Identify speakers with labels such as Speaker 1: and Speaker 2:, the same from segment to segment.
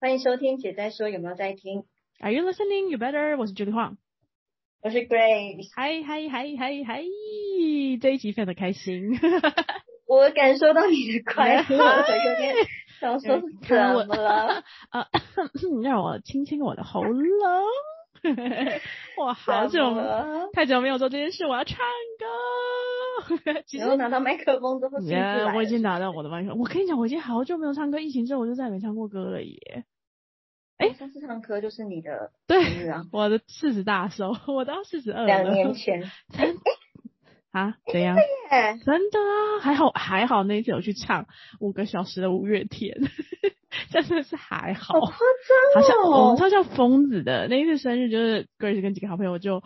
Speaker 1: 欢迎收听《姐在说》，有没有在听？
Speaker 2: Are you listening? You better。我是 Julie Huang。
Speaker 1: 我是 Grace，
Speaker 2: 嗨嗨嗨嗨嗨！这一集非常的开心。
Speaker 1: 我感受到你的快
Speaker 2: 哎
Speaker 1: 乐，我有点想说怎么了？
Speaker 2: 啊， 让我清清我的喉 咙。我好久
Speaker 1: 怎么了
Speaker 2: 太久没有做这件事，我要 唱歌。
Speaker 1: 只
Speaker 2: 其实
Speaker 1: 要拿到麦克风都不兴
Speaker 2: 耶
Speaker 1: 奋。
Speaker 2: 哎我已经拿到我的麦克，我跟你讲，我已经好久没有唱歌，疫情之后我就再也没唱过歌了耶。哎
Speaker 1: 上次唱歌就是你的生日
Speaker 2: 对
Speaker 1: 啊，
Speaker 2: 我的四十大寿，我到四十二了。
Speaker 1: 两年前，
Speaker 2: 嗯啊？怎样？
Speaker 1: 哎，
Speaker 2: 真的啊，还好还好那一次有去唱五个小时的五月天， 真的是还好，
Speaker 1: 好夸哦
Speaker 2: 好像
Speaker 1: 张
Speaker 2: 我们
Speaker 1: 哦！
Speaker 2: 超像疯子的。那一次生日就是 Grace 跟几个好朋友就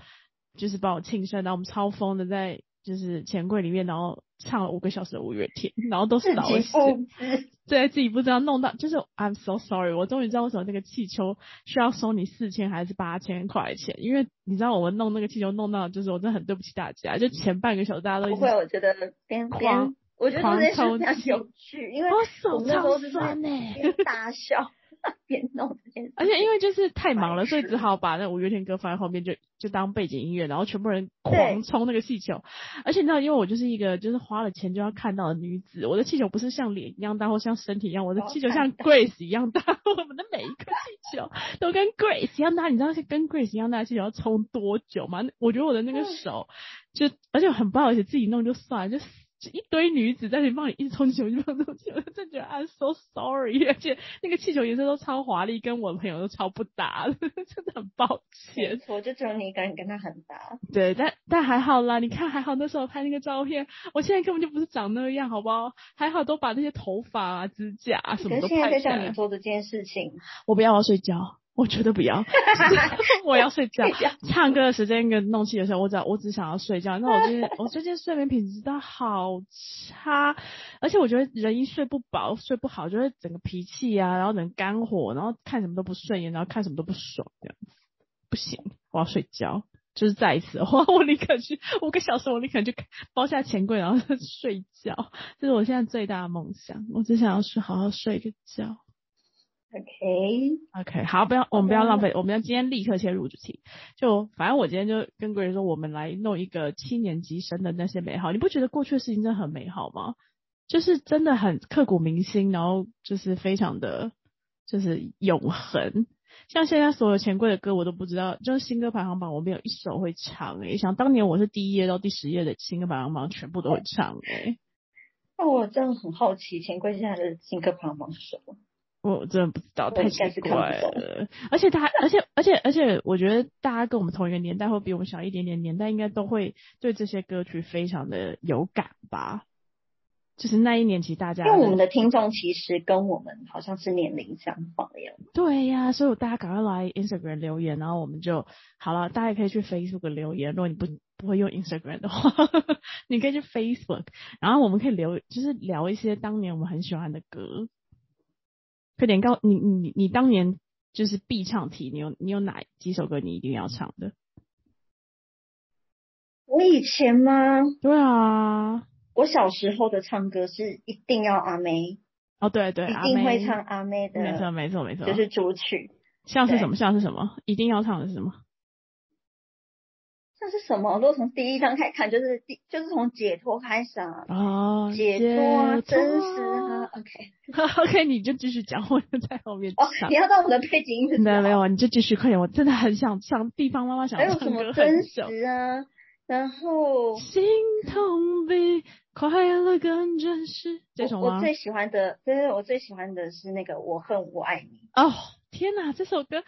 Speaker 2: 就是帮我庆生，然后我们超疯的在就是钱柜里面，然后唱了五个小时的五月天， 然后都是
Speaker 1: 自
Speaker 2: 老
Speaker 1: 己
Speaker 2: 的事，
Speaker 1: 复制，
Speaker 2: 对自己不知道弄到，就是 I'm so sorry，我终于知道为什么那个气球需要收你四千还是八千块钱，因为你知道我们弄那个气球弄到，就是我真的很对不起大家，就前半个小时大家都一
Speaker 1: 不
Speaker 2: 直
Speaker 1: 会，我觉得边边
Speaker 2: 狂，
Speaker 1: 我觉得这件事非常有趣，因为
Speaker 2: 我
Speaker 1: 我
Speaker 2: 手
Speaker 1: 们那时候
Speaker 2: 哦超
Speaker 1: 就是
Speaker 2: 酸欸呢、
Speaker 1: 边大笑 边弄这件事，
Speaker 2: 而且因为就是太忙了，
Speaker 1: 白痴
Speaker 2: 所以只好把那五月天歌放在后面就，就当背景音乐，然后全部人
Speaker 1: 对
Speaker 2: 狂冲那个气球。而且你知道，因为我就是一个就是花了钱就要看到的女子，我的气球不是像脸一样大或像身体一样，我的
Speaker 1: 哦
Speaker 2: 气球
Speaker 1: 看
Speaker 2: 像 Grace 一样大， 我们的每一颗气球都跟 Grace 一样大。你知道跟 Grace 一样大的气球要冲多久吗？那我觉得我的那个
Speaker 1: 嗯
Speaker 2: 手就，而且很不好意思自己弄就算了，就。就一堆女子在那里帮你一直冲气球，一直帮你冲气球，我真觉得 I'm so sorry。而且那个气球颜色都超华丽，跟我的朋友都超不搭，真的 很抱
Speaker 1: 没
Speaker 2: 歉。
Speaker 1: 错，就只有你一个人跟他很搭。
Speaker 2: 对，但但还好啦，你看还好那时候拍那个照片，我现在根本就不是长那样，好不好？还好都把那些头发啊、指甲啊什
Speaker 1: 可
Speaker 2: 么
Speaker 1: 是
Speaker 2: 都
Speaker 1: 现在
Speaker 2: 拍
Speaker 1: 在
Speaker 2: 下
Speaker 1: 叫你
Speaker 2: 来。
Speaker 1: 做这件事情，
Speaker 2: 我不要，我要睡觉。我绝对不要， 我要睡觉。唱歌的时间跟弄气的时候，我只要我只想要睡觉。那我最近我最近睡眠品质真的好差，而且我觉得人一睡不饱、睡不好，就会整个脾气啊，然后整个肝火，然后看什么都不顺眼，然后看什么都不爽，这样子不行，我要睡觉。就是再一次， 我我宁可去五个小时，我宁可去包下钱柜，然后 睡觉，这是我现在最大的梦想。我只想要睡，好好睡个觉。
Speaker 1: OK，
Speaker 2: OK，好，不要，我们不要浪费，我们要今天立刻切入主题。就反正我今天就跟 Grace 说，我们来弄一个七年级生的那些美好。你不觉得过去的事情真的很美好吗？就是真的很刻骨铭心，然后就是非常的，就是永恒。像现在所有钱柜的歌我都不知道，就是新歌排行榜我没有一首会唱诶、想当年我是第一页到第十页的新歌排行榜全部都会唱欸诶、
Speaker 1: 那我真的很好奇，钱柜现在的新歌排行榜是什么？
Speaker 2: 我真的不知道，
Speaker 1: 我
Speaker 2: 太
Speaker 1: 应
Speaker 2: 奇
Speaker 1: 该是看不
Speaker 2: 怪
Speaker 1: 懂
Speaker 2: 了。而且他，而且，而且，而且，我觉得大家跟我们同一个年代，或比我们小一点点年代，应该都会对这些歌曲非常的有感吧。就是那一年级大家
Speaker 1: 因为我们的听众其实跟我们好像是年龄相仿的样子。
Speaker 2: 对呀、所以我大家赶快来 Instagram 留言，然后我们就好了。大家也可以去 Facebook 留言，如果你不不会用 Instagram 的话， 你可以去 Facebook，然后我们可以留，就是聊一些当年我们很喜欢的歌。快点告你你你你当年就是必唱题，你有你有哪几首歌你一定要唱的？
Speaker 1: 我以前吗？
Speaker 2: 对啊，
Speaker 1: 我小时候的唱歌是一定要阿妹，
Speaker 2: 哦对对，
Speaker 1: 一
Speaker 2: 阿
Speaker 1: 定会
Speaker 2: 妹
Speaker 1: 唱阿妹
Speaker 2: 没错
Speaker 1: 的，
Speaker 2: 没错没错，
Speaker 1: 就是主曲。
Speaker 2: 像是
Speaker 1: 对
Speaker 2: 什么像是什么，一定要唱的是什么？
Speaker 1: 这是什么？如果从第一张开始看，就是第就是从解脱开始啊，
Speaker 2: 哦，
Speaker 1: 解脱啊，真实啊。OK，
Speaker 2: OK，你就继续讲，我就在后面
Speaker 1: 哦，
Speaker 2: 唱
Speaker 1: 你。要当我的背景音乐是
Speaker 2: 没
Speaker 1: 吧？
Speaker 2: 有没有，你就继续快点，我真的很想唱。地方妈妈想
Speaker 1: 还有
Speaker 2: 唱
Speaker 1: 什
Speaker 2: 歌
Speaker 1: 么
Speaker 2: 很
Speaker 1: 真
Speaker 2: 久。
Speaker 1: 实啊？然后
Speaker 2: 心痛比快乐更真实，这首
Speaker 1: 我
Speaker 2: 吗
Speaker 1: 我？最喜欢的，对，我最喜欢的是那个《我恨我爱你
Speaker 2: 哦，天哪，这首歌，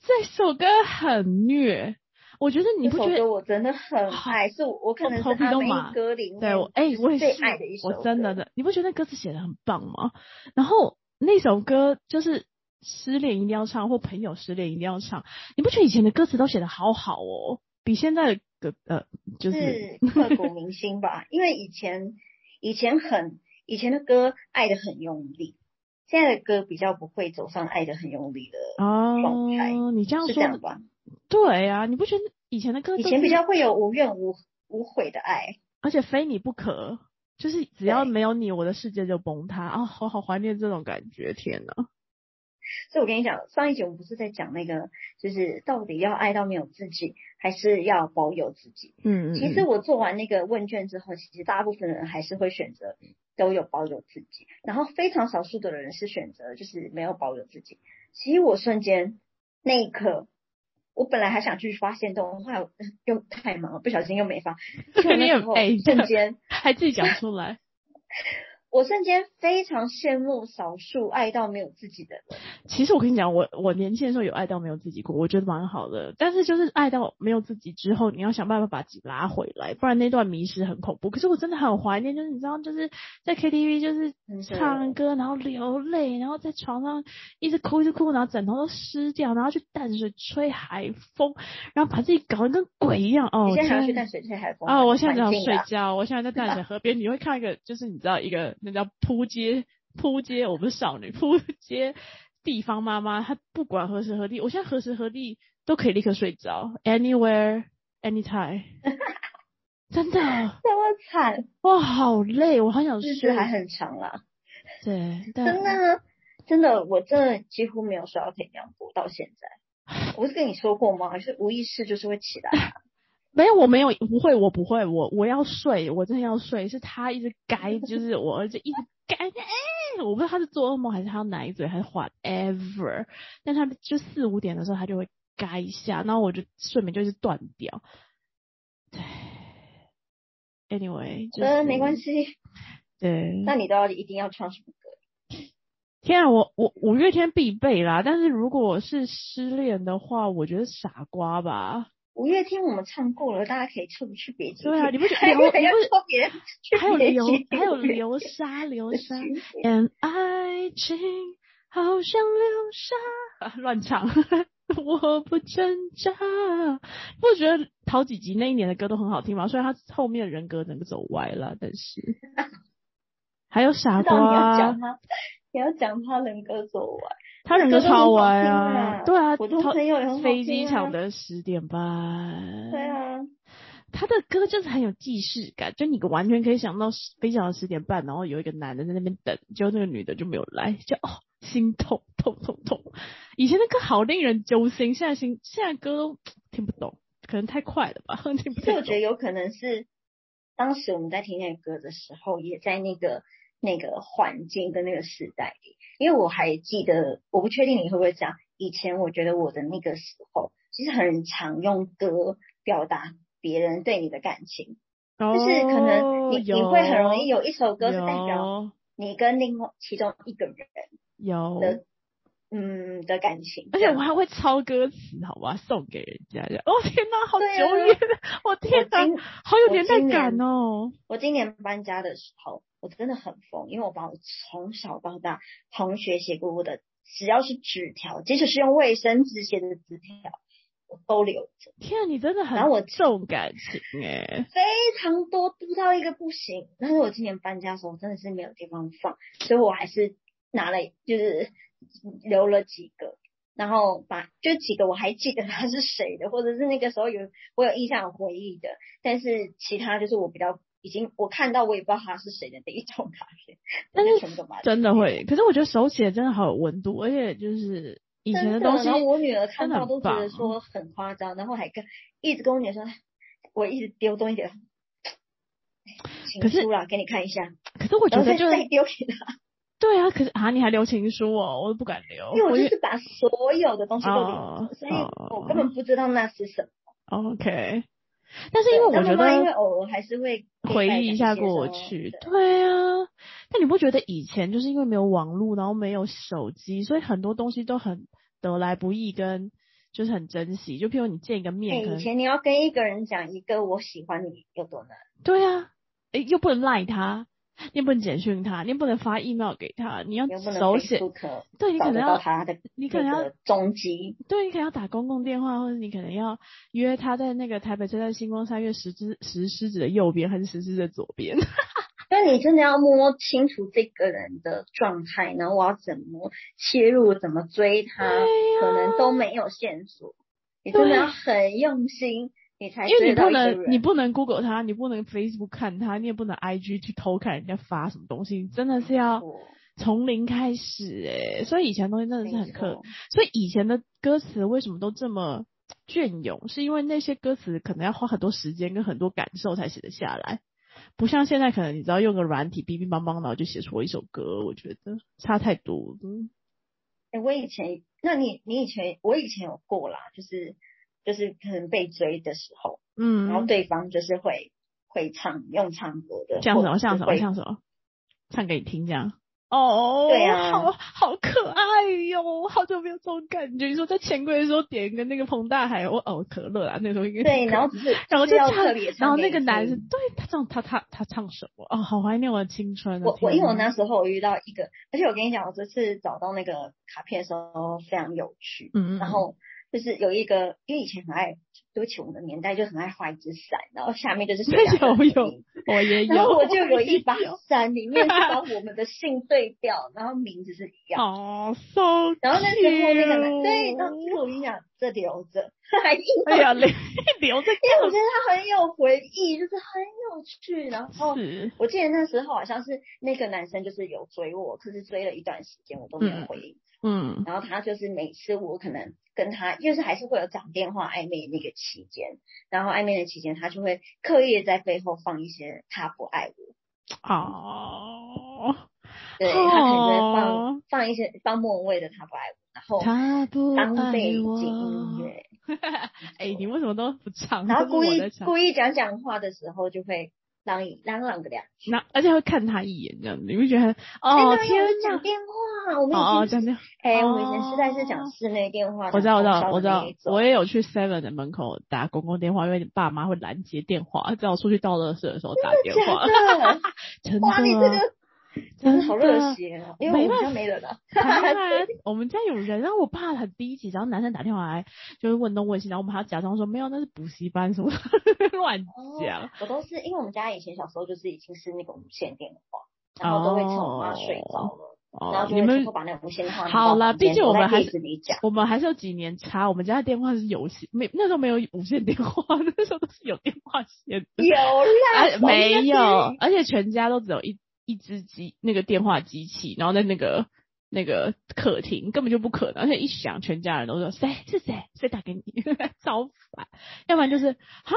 Speaker 2: 这首歌很虐。我觉得》你不
Speaker 1: 这
Speaker 2: 觉
Speaker 1: 首
Speaker 2: 得
Speaker 1: 歌，我真的很爱，是我我可能是
Speaker 2: 头皮
Speaker 1: 阿
Speaker 2: 都
Speaker 1: 妹
Speaker 2: 麻
Speaker 1: 歌里面
Speaker 2: 对我，哎、我也
Speaker 1: 最
Speaker 2: 是
Speaker 1: 爱的一首歌，
Speaker 2: 我真的的，你不觉得歌词写的很棒吗？然后那首歌就是失恋一定要唱，或朋友失恋一定要唱，你不觉得以前的歌词都写的好好哦，比现在的歌呃就是
Speaker 1: 是刻骨铭心吧？因为以前以前很以前的歌爱的很用力，现在的歌比较不会走上爱的很用力的，状态
Speaker 2: 哦，你这样
Speaker 1: 是
Speaker 2: 说
Speaker 1: 这样吧？
Speaker 2: 对啊，你不觉得以前的歌
Speaker 1: 以
Speaker 2: 都
Speaker 1: 前比
Speaker 2: 是
Speaker 1: 较会有无怨无无悔的爱，
Speaker 2: 而且非你不可，就是只要
Speaker 1: 对
Speaker 2: 哦没有你，我的世界就崩塌啊！我好怀念这种感觉，天呐，
Speaker 1: 所以我跟你讲，上一集我们不是在讲那个，就是到底要爱到没有自己，还是要保有自己？
Speaker 2: 嗯，嗯
Speaker 1: 其实我做完那个问卷之后，其实大部分人还是会选择
Speaker 2: 嗯
Speaker 1: 都有保有自己，然后非常少数的人是选择就是没有保有自己。其实我瞬间那一刻。我本来还想去发现动画，又太忙了，不小心又没 发。就
Speaker 2: 你
Speaker 1: 那时候
Speaker 2: 很背
Speaker 1: 瞬间，
Speaker 2: 还自己讲出来，
Speaker 1: 我瞬间非常羡慕少数爱到没有自己的人。
Speaker 2: 其实我跟你讲，我我年轻的时候有爱到没有自己过，我觉得蛮好的。但是就是爱到没有自己之后，你要想办法把自己拉回来，不然那段迷失很恐怖。可是我真的很怀念，就是你知道，就是在 KTV 就是唱歌，然后流泪，然后在床上一直哭一直哭，然后枕头都湿掉，然后去淡水吹海风，然后把自己搞得跟鬼一样。哦，
Speaker 1: 你现在还要
Speaker 2: 真
Speaker 1: 去
Speaker 2: 的
Speaker 1: 淡水吹海风
Speaker 2: 哦，我现在只
Speaker 1: 环
Speaker 2: 想
Speaker 1: 境
Speaker 2: 睡
Speaker 1: 啊
Speaker 2: 觉。我现在在淡水河边，你会看一个，就是你知道一个那叫扑街扑街，我不是少女扑街地方妈妈，她不管何时何地，我现在何时何地都可以立刻睡着，anywhere anytime，真的
Speaker 1: 这么惨，
Speaker 2: 哇，好累，我好想
Speaker 1: 日子
Speaker 2: 睡。
Speaker 1: 还很长啊啦。
Speaker 2: 对，但
Speaker 1: 真的啊，真的，我真的几乎没有睡到天亮过，到现 在。我是跟你说过吗？就是无意识就是会起 来，呃
Speaker 2: 没有，我没有，不会，我不会，我我要睡，我真的要睡，是他一直该，就是我儿子一直该，哎，我不知道他是做噩梦还是他要奶嘴还是 whatever，但他就四五点的时候他就会该一下，然后我就睡眠就是断掉。对，anyway，就是、嗯
Speaker 1: 呃，没关。系。
Speaker 2: 对，
Speaker 1: 那你都要一定要唱什么歌？
Speaker 2: 天啊，我我五月天必备啦，但是如果是失恋的话，我觉得傻瓜吧。
Speaker 1: 五月天我们唱过了，大家可以特别去别集。
Speaker 2: 对啊，你不觉得
Speaker 1: 还有
Speaker 2: 流，你
Speaker 1: 要
Speaker 2: 不
Speaker 1: 特别去
Speaker 2: 还 有
Speaker 1: 别
Speaker 2: 流
Speaker 1: 集，
Speaker 2: 还有流沙，流沙。And 爱情好像流沙，啊乱唱， 我不挣扎。不觉得陶几集那一年的歌都很好听吗？虽然他后面人格整个走歪了，但是还有傻
Speaker 1: 知道你要
Speaker 2: 瓜
Speaker 1: 讲，他，你要讲他人格走歪。
Speaker 2: 他人格
Speaker 1: 歌都很好
Speaker 2: 超歪
Speaker 1: 听
Speaker 2: 啊
Speaker 1: 啊！
Speaker 2: 对啊，
Speaker 1: 我的
Speaker 2: 陶
Speaker 1: 朋友也很好
Speaker 2: 飞机
Speaker 1: 听啊
Speaker 2: 场的十点半。
Speaker 1: 对啊，
Speaker 2: 他的歌就是很有既视感，就你完全可以想到飞机场十点半，然后有一个男的在那边等，结果那个女的就没有来，就哦心痛痛痛痛。以前的歌好令人揪心，现在心现在歌都听不懂，可能太快了吧， 听不
Speaker 1: 其实
Speaker 2: 太
Speaker 1: 我觉
Speaker 2: 懂。
Speaker 1: 得有可能是当时我们在听那个歌的时候，也在那个那个环境跟那个时代里。因为我还记得，我不确定你会不会这样。以前我觉得我的那个时候，其实很常用歌表达别人对你的感情，
Speaker 2: 哦
Speaker 1: 就是可能你、你会很容易有一首歌是代表你跟另外其中一个人
Speaker 2: 有有
Speaker 1: 的嗯的感情，
Speaker 2: 而且我还会抄歌词，好吧，送给人家。这样哦天哪，好久
Speaker 1: 对啊
Speaker 2: 远！ 我天
Speaker 1: 我
Speaker 2: 哪
Speaker 1: 今，
Speaker 2: 好有年代感
Speaker 1: 我
Speaker 2: 哦。
Speaker 1: 我今年搬家的时候，我真的很疯，因为我把我从小到大同学写过我的，只要是纸条，即使是用卫生纸写的纸条，我都留着，
Speaker 2: 天啊，你真的
Speaker 1: 然后
Speaker 2: 很
Speaker 1: 我
Speaker 2: 重感情哎、
Speaker 1: 非常多多到一个不行。但是我今年搬家的时候，真的是没有地方放，所以我还是拿了，就是留了几个。然后把就几个我还记得他是谁的，或者是那个时候有我有印象有回忆的，但是其他就是我比较已经我看到我也不知道他是谁的那一种卡片，
Speaker 2: 但
Speaker 1: 我
Speaker 2: 是
Speaker 1: 就全部都把它
Speaker 2: 真的会，可是我觉得手写真的好有温度，而且就是以前
Speaker 1: 真的
Speaker 2: 东西
Speaker 1: 然后我女儿看
Speaker 2: 真的
Speaker 1: 到
Speaker 2: 很
Speaker 1: 都觉得
Speaker 2: 棒
Speaker 1: 说很夸张，然后还跟一直跟我女儿说，我一直丢东西给她，情
Speaker 2: 可是
Speaker 1: 书啦，给你看一下，
Speaker 2: 可是我觉
Speaker 1: 然后再
Speaker 2: 得就
Speaker 1: 再
Speaker 2: 是
Speaker 1: 丢给她，
Speaker 2: 对啊，可是啊，你还留情书哦，我都不敢留。
Speaker 1: 因为我就
Speaker 2: 也
Speaker 1: 是把所有的东西都留
Speaker 2: 哦
Speaker 1: 着，所以我根本不知道那是什么。
Speaker 2: OK，但是因为我
Speaker 1: 但
Speaker 2: 觉
Speaker 1: 妈妈因为
Speaker 2: 得
Speaker 1: 偶尔还是会
Speaker 2: 回忆一下过
Speaker 1: 给她
Speaker 2: 去
Speaker 1: 一些，什么
Speaker 2: 对啊。但你不觉得以前就是因为没有网络，然后没有手机，所以很多东西都很得来不易，跟就是很珍惜。就譬如你见一个
Speaker 1: 对哎，
Speaker 2: 面，可
Speaker 1: 以
Speaker 2: 能
Speaker 1: 前你要跟一个人讲一个我喜欢你有多难，
Speaker 2: 对啊，诶，又不能赖他，你也不能简讯他，你也不能发 email 给他，你要
Speaker 1: 又不能
Speaker 2: 手写。
Speaker 1: Facebook
Speaker 2: 对你可
Speaker 1: 找
Speaker 2: 能
Speaker 1: 得
Speaker 2: 要
Speaker 1: 到，他的
Speaker 2: 你可
Speaker 1: 那
Speaker 2: 能要
Speaker 1: 个踪迹，
Speaker 2: 对你可能要打公共电话，或者你可能要约他在那个台北车站星光三月石狮石狮子的右边还是石狮子的左边？
Speaker 1: 啊 但你真的要摸清楚这个人的状态，然后我要怎么切入，怎么追他，
Speaker 2: 哎对呀
Speaker 1: 可能都没有线索。你真的要很用心，你才
Speaker 2: 因为
Speaker 1: 追
Speaker 2: 你
Speaker 1: 到
Speaker 2: 不
Speaker 1: 一个
Speaker 2: 能，你
Speaker 1: 人。
Speaker 2: 不能 Google 他，你不能 Facebook 看他，你也不能 IG 去偷看人家发什么东西，你真的是要
Speaker 1: 我
Speaker 2: 从零开始哎、所以以前的东西真的是很
Speaker 1: 没
Speaker 2: 刻
Speaker 1: 错，
Speaker 2: 所以以前的歌词为什么都这么隽永，是因为那些歌词可能要花很多时间跟很多感受才写得下来，不像现在可能你知道用个软体哔哔邦邦，然后就写出一首歌，我觉得差太多了。
Speaker 1: 哎、我以前，那你你以前，我以前有过啦，就是就是可能被追的时候，
Speaker 2: 嗯，
Speaker 1: 然后对方就是会会唱用唱歌的，
Speaker 2: 这样
Speaker 1: 或
Speaker 2: 什么
Speaker 1: 者
Speaker 2: 像
Speaker 1: 是
Speaker 2: 什么
Speaker 1: 会
Speaker 2: 像什么，唱给你听这样。哦，
Speaker 1: 对啊
Speaker 2: 好好可爱哟、好久没有这种感觉。你说在钱柜的时候点一个那个彭大海，我哦可乐啊，那时候应该是
Speaker 1: 对，
Speaker 2: 可
Speaker 1: 然后只是
Speaker 2: 然后
Speaker 1: 就是
Speaker 2: 就
Speaker 1: 要
Speaker 2: 唱
Speaker 1: 特别，
Speaker 2: 然后
Speaker 1: 唱
Speaker 2: 那
Speaker 1: 给
Speaker 2: 个
Speaker 1: 你
Speaker 2: 男
Speaker 1: 听
Speaker 2: 生，对他唱他他他唱什么？哦，好怀念我的青春啊。
Speaker 1: 我我
Speaker 2: 天
Speaker 1: 因为我
Speaker 2: 哪
Speaker 1: 那时候我遇到一个，而且我跟你讲，我这次找到那个卡片的时候非常有趣。
Speaker 2: 嗯嗯，
Speaker 1: 然
Speaker 2: 嗯
Speaker 1: 后就是有一个，因为以前很爱，对不起，我们的年代就很爱画一只伞，然后下面就是水 啊
Speaker 2: 有
Speaker 1: 两个
Speaker 2: 嗯有
Speaker 1: 名字
Speaker 2: 我也有，
Speaker 1: 然后我就有
Speaker 2: 也
Speaker 1: 一 把
Speaker 2: 有
Speaker 1: 伞，里面是把我们的姓对调，然后名字是一样。
Speaker 2: 哦，so
Speaker 1: 然后那时候那个男，对，
Speaker 2: cute
Speaker 1: 然后这个我跟你讲，这留着， 还印
Speaker 2: 哦哎
Speaker 1: 到
Speaker 2: 呀，留 留着
Speaker 1: 因为我觉得它很有回忆，就是很有趣。然后
Speaker 2: 是
Speaker 1: 我记得那时候好像是那个男生就是有追我，可是追了一段时间我都没有回应。
Speaker 2: 嗯
Speaker 1: 然后他就是每次我可能跟他，就是还是会有讲电话暧昧那个期间，然后暧昧的期间他就会刻意地在背后放一些他不爱我，
Speaker 2: 哦。
Speaker 1: 对他可能就会放、
Speaker 2: 哦
Speaker 1: 放一些放莫文蔚的他不爱我，然后
Speaker 2: 他不
Speaker 1: 当
Speaker 2: 爱
Speaker 1: 背景
Speaker 2: 我。
Speaker 1: 音乐，
Speaker 2: 哎、你为什么都不唱？
Speaker 1: 然后
Speaker 2: 都是
Speaker 1: 故
Speaker 2: 我
Speaker 1: 意
Speaker 2: 在唱
Speaker 1: 故意讲讲话的时候就会嚷一嚷嚷个两句。
Speaker 2: 那而且会看他一眼，这样子你会觉得哦
Speaker 1: 哎那
Speaker 2: 天
Speaker 1: 我们讲
Speaker 2: 哪！
Speaker 1: 电话，我
Speaker 2: 哦
Speaker 1: 们
Speaker 2: 哦，
Speaker 1: 以
Speaker 2: 这
Speaker 1: 前
Speaker 2: 样
Speaker 1: 是
Speaker 2: 这样，
Speaker 1: 哎、我们以前时代是
Speaker 2: 哦
Speaker 1: 讲室内电话，
Speaker 2: 我知道，我知
Speaker 1: 讲
Speaker 2: 道，
Speaker 1: 通
Speaker 2: 我知
Speaker 1: 宵的那
Speaker 2: 道
Speaker 1: 一，种
Speaker 2: 我也有去 Seven 的门口打公共电话，因为你爸妈会拦截电话，叫我出去倒垃圾的时候打电话。
Speaker 1: 假的，
Speaker 2: 真的，
Speaker 1: 哇，你这个真的好热
Speaker 2: 热
Speaker 1: 血哦！因为我
Speaker 2: 没
Speaker 1: 们
Speaker 2: 办
Speaker 1: 家没人了，
Speaker 2: 当然，我们家有人，然后我爸很低级，然后男生打电话来就会问东问西，然后我们还要假装说没有，那是补习班什么的 乱讲。
Speaker 1: 我都是因为我们家以前小时候就是已经是那种无线电话，然后都会趁我妈睡着了，然后，
Speaker 2: 哦
Speaker 1: 就
Speaker 2: 你
Speaker 1: 会
Speaker 2: 们
Speaker 1: 偷偷把那无线电话拿
Speaker 2: 好
Speaker 1: 到
Speaker 2: 啦，
Speaker 1: 房间
Speaker 2: 毕竟我
Speaker 1: 躲在
Speaker 2: 们还
Speaker 1: 被子
Speaker 2: 是
Speaker 1: 里 讲。
Speaker 2: 我们还是有几年差，我们家的电话是有线，没那时候没有无线电话， 那时候都是有电话线的。
Speaker 1: 有啦，
Speaker 2: 啊
Speaker 1: 手机，
Speaker 2: 没有
Speaker 1: 那边，
Speaker 2: 而且全家都只有一一只机那个电话机器，然后在那个那个客厅根本就不可能，而且一响，全家人都说谁是谁谁打给你， 超烦。要不然就是啊，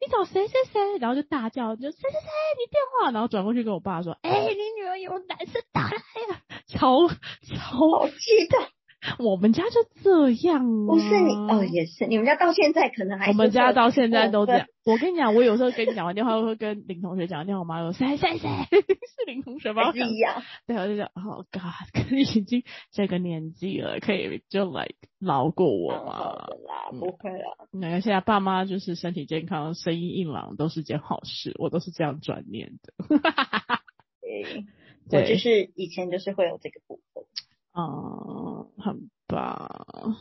Speaker 2: 你找谁谁谁，然后就大叫，就谁谁谁你电话，然后转过去跟我爸说，哎、你女儿有男生打来呀、超超，
Speaker 1: 我记得
Speaker 2: 我们家就这样、啊，
Speaker 1: 不是你哦，也是你们家到现在可能还是
Speaker 2: 我们家
Speaker 1: 会
Speaker 2: 到现在都这
Speaker 1: 过分
Speaker 2: 样。我跟你讲，我有时候跟你讲完电话，我会跟林同学讲完电话，我妈说谁谁 谁是林同学吗？
Speaker 1: 还是一样。
Speaker 2: 对，我就讲哦 God，可是已经这个年纪了，可以就 like 饶过我
Speaker 1: 蛮好
Speaker 2: 嘛
Speaker 1: 的。啦，
Speaker 2: 嗯
Speaker 1: 不会啦。
Speaker 2: 那个现在爸妈就是身体健康、生意硬朗都是件好事，我都是这样转念的。
Speaker 1: 对，我
Speaker 2: 对
Speaker 1: 就是以前就是会有这个部分。
Speaker 2: 嗯，很棒。哦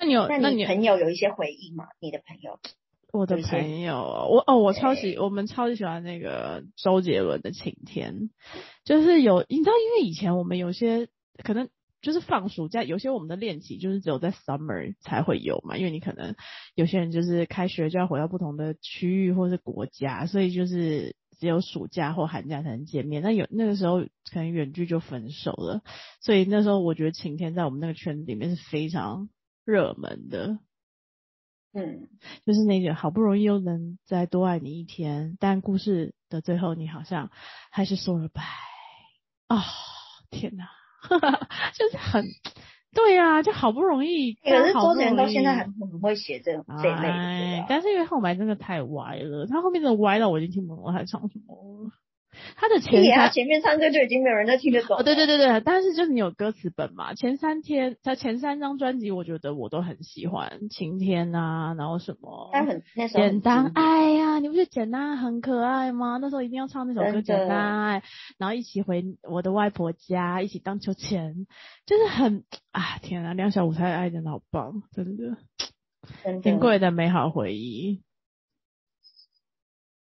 Speaker 2: 那你有
Speaker 1: 那
Speaker 2: 你
Speaker 1: 你朋友有一些回忆吗？你的朋友
Speaker 2: 我的
Speaker 1: 有一些
Speaker 2: 朋友，我哦，我超喜，我们超级喜欢那个周杰伦的《晴天》，就是有你知道，因为以前我们有些可能就是放暑假，有些我们的练习就是只有在 summer 才会有嘛，因为你可能有些人就是开学就要回到不同的区域或是国家，所以就是只有暑假或寒假才能见面。那有那个时候可能远距就分手了，所以那时候我觉得《晴天》在我们那个圈子里面是非常热门的。
Speaker 1: 嗯，
Speaker 2: 就是那个好不容易又能再多爱你一天，但故事的最后你好像还是说了拜。哦，天哪， 就是很对啊，就好不容易，
Speaker 1: 可是
Speaker 2: 大家啊好
Speaker 1: 周
Speaker 2: 不
Speaker 1: 杰伦
Speaker 2: 容
Speaker 1: 到
Speaker 2: 易
Speaker 1: 现在还很会写这种这一类的
Speaker 2: 啊哎，
Speaker 1: 歌啊。
Speaker 2: 但是因为后来真的太歪了，他后面真的歪到我已经听不懂他在唱什么了。他的前
Speaker 1: 屁啊！
Speaker 2: 三
Speaker 1: 前面唱歌就已经没有人在听得懂了。
Speaker 2: 哦，对对对对，但是就是你有歌词本嘛？前三天，他前三张专辑，我觉得我都很喜欢，晴天啊，然后什么，
Speaker 1: 但很那时候很
Speaker 2: 简单
Speaker 1: 经典
Speaker 2: 爱呀、你不觉得简单爱很可爱吗？那时候一定要唱那首歌《
Speaker 1: 真
Speaker 2: 简
Speaker 1: 的
Speaker 2: 单爱》，然后一起回我的外婆家，一起荡秋千，就是很啊，天啊，两小无猜的爱真的好棒，真的，
Speaker 1: 真
Speaker 2: 珍
Speaker 1: 的
Speaker 2: 贵的美好回忆。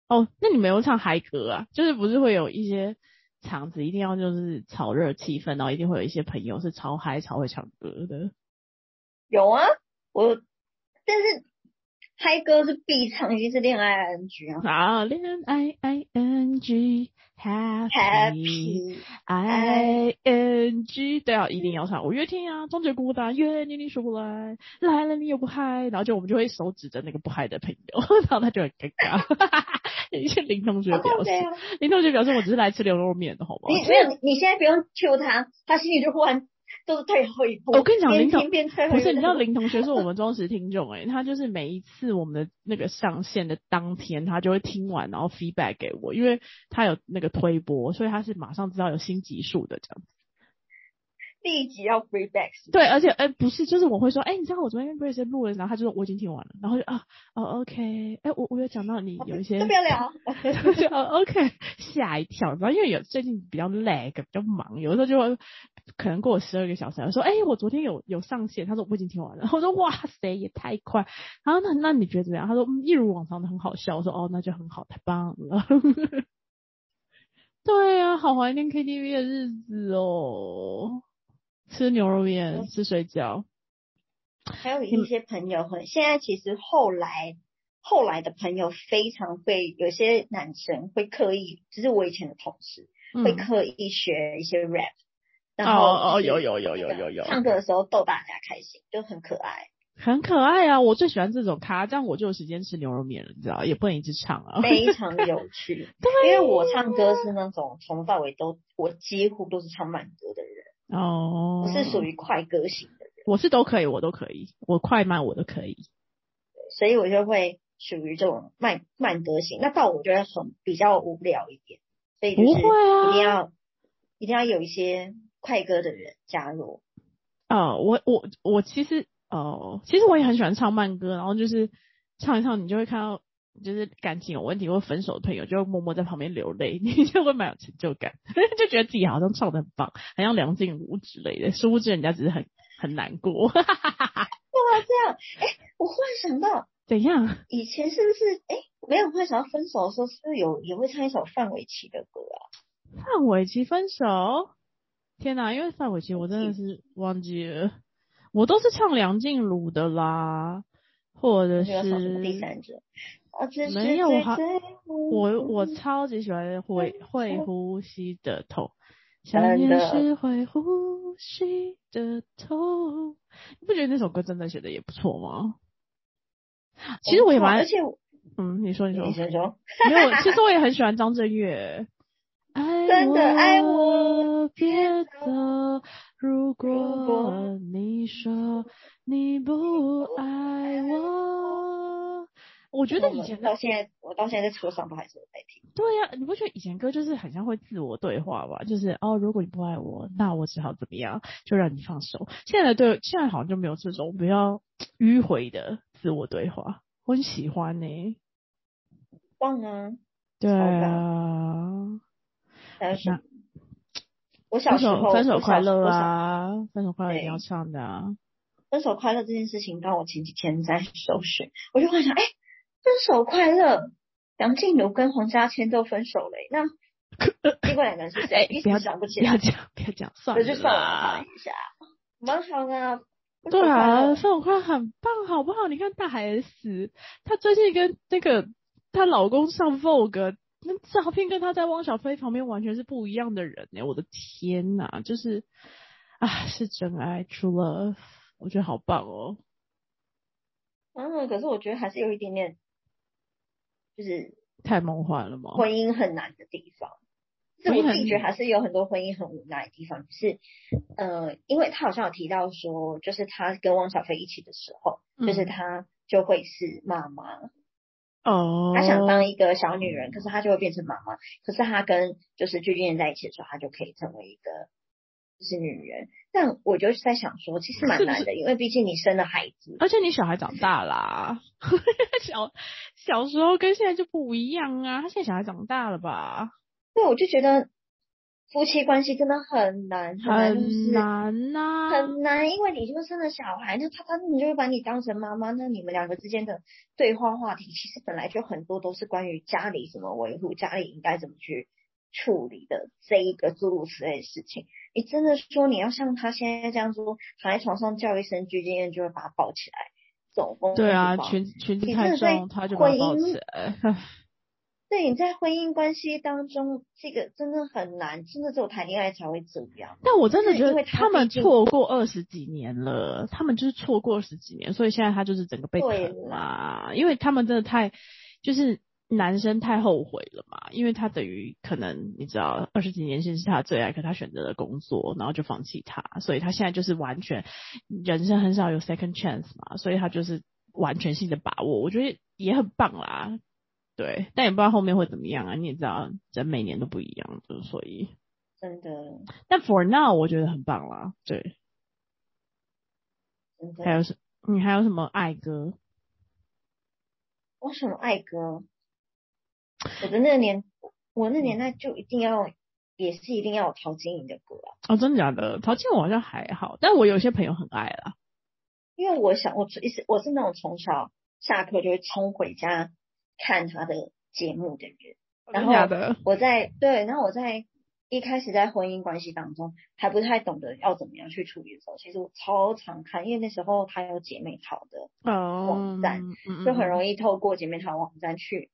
Speaker 2: 哦，那你没有唱嗨歌啊？就是不是会有一些场子一定要就是炒热气氛，然后一定会有一些朋友是超嗨、超会唱歌的。
Speaker 1: 有啊，我但是嗨歌是必唱，一定是恋爱 ing 啊
Speaker 2: 好，恋爱 i n g 嗯 happy
Speaker 1: ，Happy
Speaker 2: i n g 对
Speaker 1: 嗯
Speaker 2: 啊，一定要唱五月天啊，终结孤单，愿你你数不来，来了你又不嗨，然后就我们就会手指着那个不嗨的朋友， 然后他就很尴 尬。一些林同学
Speaker 1: 好
Speaker 2: 表
Speaker 1: 靠
Speaker 2: 示
Speaker 1: 北啊，
Speaker 2: 林同学表示我只是来吃牛肉面的，好吗？
Speaker 1: 你 没有，你你现在不用 Q 他，他心里就忽然都是退后一步。
Speaker 2: 我跟你讲
Speaker 1: 边
Speaker 2: 林导
Speaker 1: 听边退后
Speaker 2: 不
Speaker 1: 一步。
Speaker 2: 是，你知道林同学是我们忠实听众哎、 他就是每一次我们的那个上线的当天，他就会听完然后 feedback 给我，因为他有那个推播，所以他是马上知道有新集数的这样。
Speaker 1: 第一集要 free back，
Speaker 2: 对，而且哎、不是，就是我会说，哎、你知道我昨天跟 Grace 录了，然后他就说我已经听完了，然后就啊哦 OK，哎、我我有讲到你有一些
Speaker 1: 这不要聊。
Speaker 2: 就哦 OK 吓一跳，然后因为有最近比较 lag 比较忙，有的时候就会可能过了十二个小时，我说哎、我昨天有有上线，他说我已经听完了， 我说哇塞也太快，然后那那你觉得怎么样？他说嗯一如往常的很好笑，我说哦那就很好，太棒了。 对啊，好怀念 KTV 的日子哦，吃牛肉
Speaker 1: 嗯
Speaker 2: 面，吃水饺，
Speaker 1: 还有一些朋友会，现在其实后来后来的朋友非常会，有些男生会刻意，就是我以前的同事
Speaker 2: 嗯
Speaker 1: 会刻意学一些 rap，然后
Speaker 2: 哦哦
Speaker 1: 就是
Speaker 2: 有有有有
Speaker 1: 那个
Speaker 2: 有有
Speaker 1: 唱歌的时候逗大家开心，就很可爱。
Speaker 2: 很可爱啊！我最喜欢这种咖，这样我就有时间吃牛肉面了，你知道，也不能一直唱啊。
Speaker 1: 非常有 趣。因为我唱歌是那种从头到尾都，我几乎都是唱慢歌的人，
Speaker 2: 哦，
Speaker 1: 我是属于快歌型的人，
Speaker 2: 我是都可以，我都可以，我快慢我都可以。
Speaker 1: 所以我就会属于这种慢慢歌型。那到我觉得很比较无聊一点，所以就是
Speaker 2: 不会啊
Speaker 1: 一定要、一定要有一些快歌的人加入。
Speaker 2: 哦，我我我其实哦，其实我也很喜欢唱慢歌，然后就是唱一唱，你就会看到就是感情有问题或分手的朋友，就会默默在旁边流泪，你就会蛮有成就感， 就觉得自己好像唱的很棒，好像梁静茹之类的，殊不知人家只是很很难过。
Speaker 1: 我忽然想到，
Speaker 2: 怎样？
Speaker 1: 以前是不是哎？没有，忽然想到分手的时候，是不是有也会唱一首范玮琪的歌啊？
Speaker 2: 范玮琪分手？天哪，因为范玮琪我真的是忘记了，我都是唱梁静茹的啦，或者
Speaker 1: 我觉得什么
Speaker 2: 是
Speaker 1: 第三者？啊，这是
Speaker 2: 没有
Speaker 1: 最
Speaker 2: 我好
Speaker 1: 最
Speaker 2: 我我
Speaker 1: 嗯
Speaker 2: 超级喜欢会会呼吸的痛，想
Speaker 1: 真的
Speaker 2: 念是会呼吸的痛。你不觉得那首歌真的写的也不错吗？其实我也
Speaker 1: 不错
Speaker 2: 蛮
Speaker 1: 而且我
Speaker 2: 嗯，你说你说
Speaker 1: 你，先说，
Speaker 2: 没有，其实我也很喜欢张震岳。爱
Speaker 1: 真的爱
Speaker 2: 我
Speaker 1: 我，
Speaker 2: 别走。如
Speaker 1: 如
Speaker 2: 果
Speaker 1: 果
Speaker 2: 你说你不爱我，我觉得以前
Speaker 1: 我
Speaker 2: 的
Speaker 1: 到现在，我到现在在车上都还是有在听。
Speaker 2: 对呀、哦你不觉得以前歌就是很像会自我对话吗？就是哦，如果你不爱我，那我只好怎么样，就让你放手。现在对，现在好像就没有这种比较迂回的自我对话，我很喜欢呢、
Speaker 1: 棒啊！
Speaker 2: 对啊，
Speaker 1: 还有什么
Speaker 2: 那？
Speaker 1: 我小
Speaker 2: 分
Speaker 1: 时
Speaker 2: 手
Speaker 1: 候
Speaker 2: 分手快乐！
Speaker 1: 我小
Speaker 2: 啊，分手快乐一定要
Speaker 1: 对
Speaker 2: 唱的啊。
Speaker 1: 我小分手快乐这件事情，让我前几天在搜寻，我就幻想，哎，分手快乐，梁静茹跟黄家千都分手了， 那另外两个人是谁？一
Speaker 2: 哎不要
Speaker 1: 时想不起
Speaker 2: 不要
Speaker 1: 来，
Speaker 2: 讲，不要讲，算
Speaker 1: 那
Speaker 2: 了
Speaker 1: 就算了，啊
Speaker 2: 啦
Speaker 1: 看一下，蛮好的。啊分手
Speaker 2: 对
Speaker 1: 快
Speaker 2: 啊，
Speaker 1: 乐
Speaker 2: 分手快乐很棒，好不好？你看大海 S，她最近跟那个她老公上 Vogue，那照片跟她在汪小菲旁边完全是不一样的人呢、我的天呐，就是啊，是真爱，除了我觉得好棒哦。
Speaker 1: 嗯，可是我觉得还是有一点点，就是
Speaker 2: 太梦幻了吗？
Speaker 1: 婚姻很难的地方。这
Speaker 2: 哦婚姻
Speaker 1: 我
Speaker 2: 很
Speaker 1: 自己觉得还是有很多婚姻很无奈的地方，就是呃，因为他好像有提到说，就是他跟汪小菲一起的时候，就是
Speaker 2: 嗯
Speaker 1: 他就会是妈妈，
Speaker 2: 哦，
Speaker 1: 他想当一个小女人，可是他就会变成妈妈。可是他跟就是具俊晔在一起的时候，他就可以成为一个就是女人。但我就是在想说，其实蛮难的，因为毕竟你生了孩子，
Speaker 2: 而且你小孩长大啦、 小小时候跟现在就不一样啊，他现在小孩长大了吧？
Speaker 1: 对，我就觉得夫妻关系真的很难，很难，就是
Speaker 2: 很难啊呐、
Speaker 1: 很难，因为你就生了小孩，那他他你就会把你当成妈妈，那你们两个之间的对话话题，其实本来就很多都是关于家里怎么维护，家里应该怎么去处理的这一个诸如此类的事情。你真的说你要像他现在这样说，躺在床上叫一声鞠婧祎就会把他抱起来，总风
Speaker 2: 对啊，
Speaker 1: 风
Speaker 2: 裙裙子
Speaker 1: 你
Speaker 2: 太
Speaker 1: 真的在
Speaker 2: 重，他就把
Speaker 1: 婚
Speaker 2: 它抱
Speaker 1: 姻
Speaker 2: 起来。
Speaker 1: 对，你在婚姻关系当中，这个真的很难，真的只有谈恋爱才会这样。
Speaker 2: 但我真的
Speaker 1: 是
Speaker 2: 觉
Speaker 1: 因
Speaker 2: 得
Speaker 1: 为
Speaker 2: 他
Speaker 1: 他
Speaker 2: 们
Speaker 1: 毕竟
Speaker 2: 错过二十几年了，他们就是错过二十几年，所以现在他就是整个被
Speaker 1: 对
Speaker 2: 坑嘛，因为他们真的太就是男生太后悔了嘛，因为他等于可能你知道二十几年前是他的最爱，可他选择了工作，然后就放弃他，所以他现在就是完全人生很少有 second chance 嘛，所以他就是完全性的把握，我觉得也很棒啦。对，但也不知道后面会怎么样啊！你也知道，人每年都不一样，就是所以，
Speaker 1: 真的，
Speaker 2: 但 for now 我觉得很棒啦。对，
Speaker 1: 真
Speaker 2: 还
Speaker 1: 的。
Speaker 2: 有什你还有什么爱歌？
Speaker 1: 为什么爱歌？我的那个年，我那
Speaker 2: 嗯
Speaker 1: 年代就一定要，也是一定要有陶晶莹的歌啊，
Speaker 2: 哦，真的假的？陶晶莹我好像还好，但我有些朋友很爱啦。
Speaker 1: 因为我想，我一直我是那种从小下课就会冲回家看她的节目的人。然
Speaker 2: 哦真
Speaker 1: 后
Speaker 2: 的假的？
Speaker 1: 我在对，然后我在一开始在婚姻关系当中还不太懂得要怎么样去处理的时候，其实我超常看，因为那时候还有姐妹淘的，
Speaker 2: 哦，
Speaker 1: 网站
Speaker 2: 嗯
Speaker 1: 就很
Speaker 2: 易。
Speaker 1: 容易透过姐妹淘网站去，